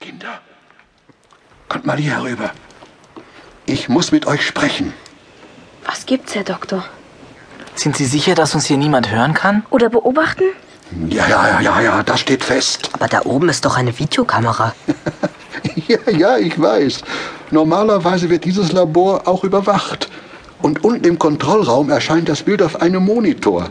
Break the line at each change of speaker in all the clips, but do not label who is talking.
Kinder, kommt mal hier herüber. Ich muss mit euch sprechen.
Was gibt's, Herr Doktor?
Sind Sie sicher, dass uns hier niemand hören kann?
Oder beobachten?
Ja, ja, ja, ja, ja, das steht fest.
Aber da oben ist doch eine Videokamera.
Ja, ja, ich weiß. Normalerweise wird dieses Labor auch überwacht. Und unten im Kontrollraum erscheint das Bild auf einem Monitor.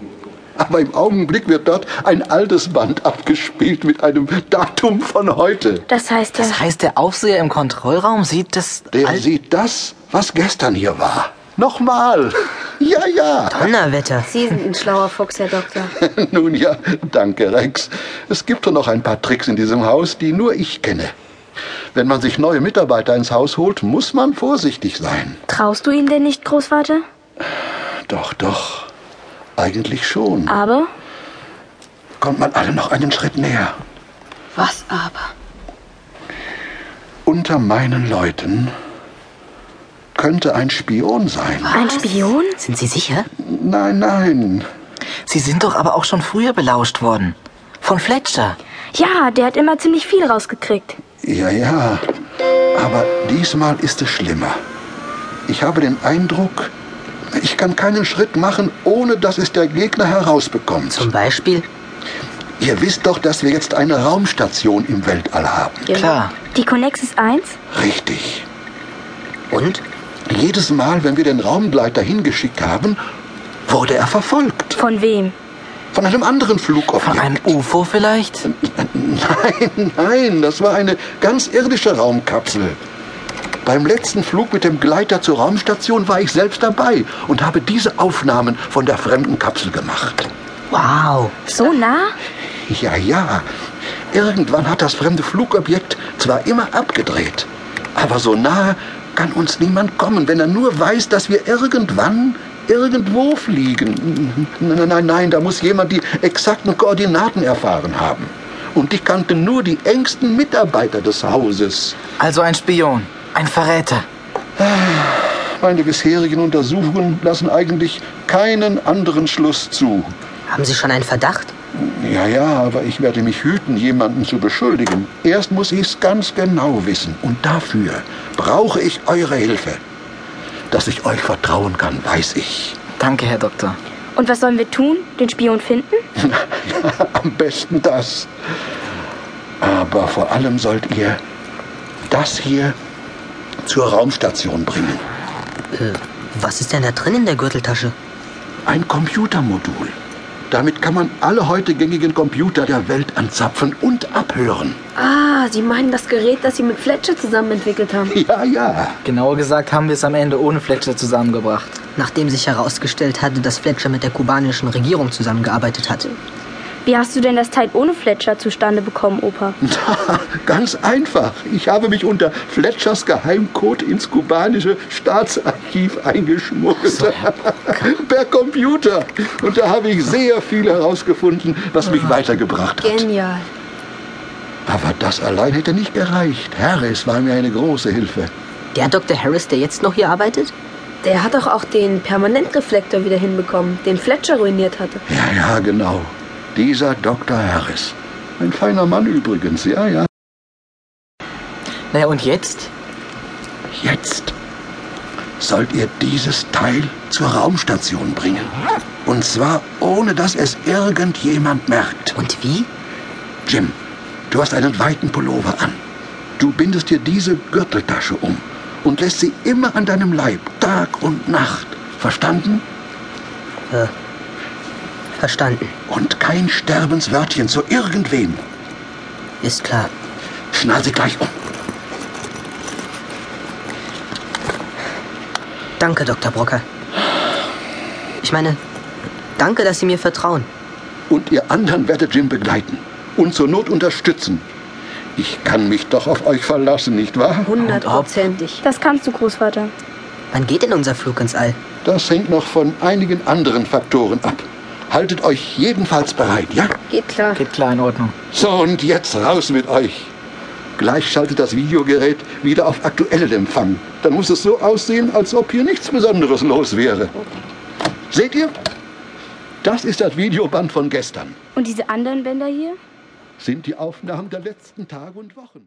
Aber im Augenblick wird dort ein altes Band abgespielt mit einem Datum von heute.
Das heißt ja.
Das heißt, der Aufseher im Kontrollraum sieht das.
Der
Al-
sieht das, was gestern hier war. Nochmal. Ja, ja.
Donnerwetter.
Sie sind ein schlauer Fuchs, Herr Doktor.
Nun ja, danke, Rex. Es gibt doch noch ein paar Tricks in diesem Haus, die nur ich kenne. Wenn man sich neue Mitarbeiter ins Haus holt, muss man vorsichtig sein.
Traust du ihn denn nicht, Großvater?
Doch, doch. Eigentlich schon.
Aber?
Kommt man alle noch einen Schritt näher.
Was aber?
Unter meinen Leuten könnte ein Spion sein.
Ein Spion?
Sind Sie sicher?
Nein, nein.
Sie sind doch aber auch schon früher belauscht worden. Von Fletcher.
Ja, der hat immer ziemlich viel rausgekriegt.
Ja, ja. Aber diesmal ist es schlimmer. Ich habe den Eindruck, ich kann keinen Schritt machen, ohne dass es der Gegner herausbekommt.
Zum Beispiel?
Ihr wisst doch, dass wir jetzt eine Raumstation im Weltall haben.
Genau. Klar.
Die Connexis 1?
Richtig.
Und?
Jedes Mal, wenn wir den Raumgleiter hingeschickt haben, wurde er verfolgt.
Von wem?
Von einem anderen
Von
Flugobjekt.
einem UFO vielleicht?
Nein, nein, das war eine ganz irdische Raumkapsel. Beim letzten Flug mit dem Gleiter zur Raumstation war ich selbst dabei und habe diese Aufnahmen von der fremden Kapsel gemacht.
Wow.
So nah?
Ja, ja. Irgendwann hat das fremde Flugobjekt zwar immer abgedreht, aber so nahe kann uns niemand kommen, wenn er nur weiß, dass wir irgendwann irgendwo fliegen. Nein, nein, nein, da muss jemand die exakten Koordinaten erfahren haben. Und die kannten nur die engsten Mitarbeiter des Hauses.
Also ein Spion. Ein Verräter.
Meine bisherigen Untersuchungen lassen eigentlich keinen anderen Schluss zu.
Haben Sie schon einen Verdacht?
Ja, ja, aber ich werde mich hüten, jemanden zu beschuldigen. Erst muss ich es ganz genau wissen. Und dafür brauche ich eure Hilfe. Dass ich euch vertrauen kann, weiß ich.
Danke, Herr Doktor.
Und was sollen wir tun? Den Spion finden?
Am besten das. Aber vor allem sollt ihr das hier zur Raumstation bringen.
Äh, was ist denn da drin in der Gürteltasche?
Ein Computermodul. Damit kann man alle heute gängigen Computer der Welt anzapfen und abhören.
Ah, Sie meinen das Gerät, das Sie mit Fletcher zusammen entwickelt haben.
Ja, ja.
Genauer gesagt haben wir es am Ende ohne Fletcher zusammengebracht.
Nachdem sich herausgestellt hatte, dass Fletcher mit der kubanischen Regierung zusammengearbeitet hat.
Wie hast du denn das Teil ohne Fletcher zustande bekommen, Opa?
Na, ganz einfach. Ich habe mich unter Fletchers Geheimcode ins kubanische Staatsarchiv eingeschmuggelt. per Computer. Und da habe ich sehr viel herausgefunden, was mich weitergebracht hat.
Genial.
Aber das allein hätte nicht gereicht. Harris war mir eine große Hilfe.
Der Dr. Harris, der jetzt noch hier arbeitet?
Der hat doch auch den Permanentreflektor wieder hinbekommen, den Fletcher ruiniert hatte.
Ja, ja, genau. Dieser Dr. Harris. Ein feiner Mann übrigens, ja, ja.
Naja, und jetzt?
Jetzt sollt ihr dieses Teil zur Raumstation bringen. Und zwar ohne, dass es irgendjemand merkt.
Und wie?
Jim, du hast einen weiten Pullover an. Du bindest dir diese Gürteltasche um und lässt sie immer an deinem Leib, Tag und Nacht. Verstanden?
Verstanden.
Und kein Sterbenswörtchen zu irgendwem.
Ist klar.
Schnall sie gleich um.
Danke, Dr. Brocker. Ich meine, danke, dass Sie mir vertrauen.
Und ihr anderen werdet Jim begleiten und zur Not unterstützen. Ich kann mich doch auf euch verlassen, nicht wahr?
Hundertprozentig.
Das kannst du, Großvater.
Wann geht denn unser Flug ins All?
Das hängt noch von einigen anderen Faktoren ab. Haltet euch jedenfalls bereit, ja?
Geht klar.
Geht klar, in Ordnung.
So, und jetzt raus mit euch. Gleich schaltet das Videogerät wieder auf aktuellen Empfang. Dann muss es so aussehen, als ob hier nichts Besonderes los wäre. Seht ihr? Das ist das Videoband von gestern.
Und diese anderen Bänder hier?
Sind die Aufnahmen der letzten Tage und Wochen.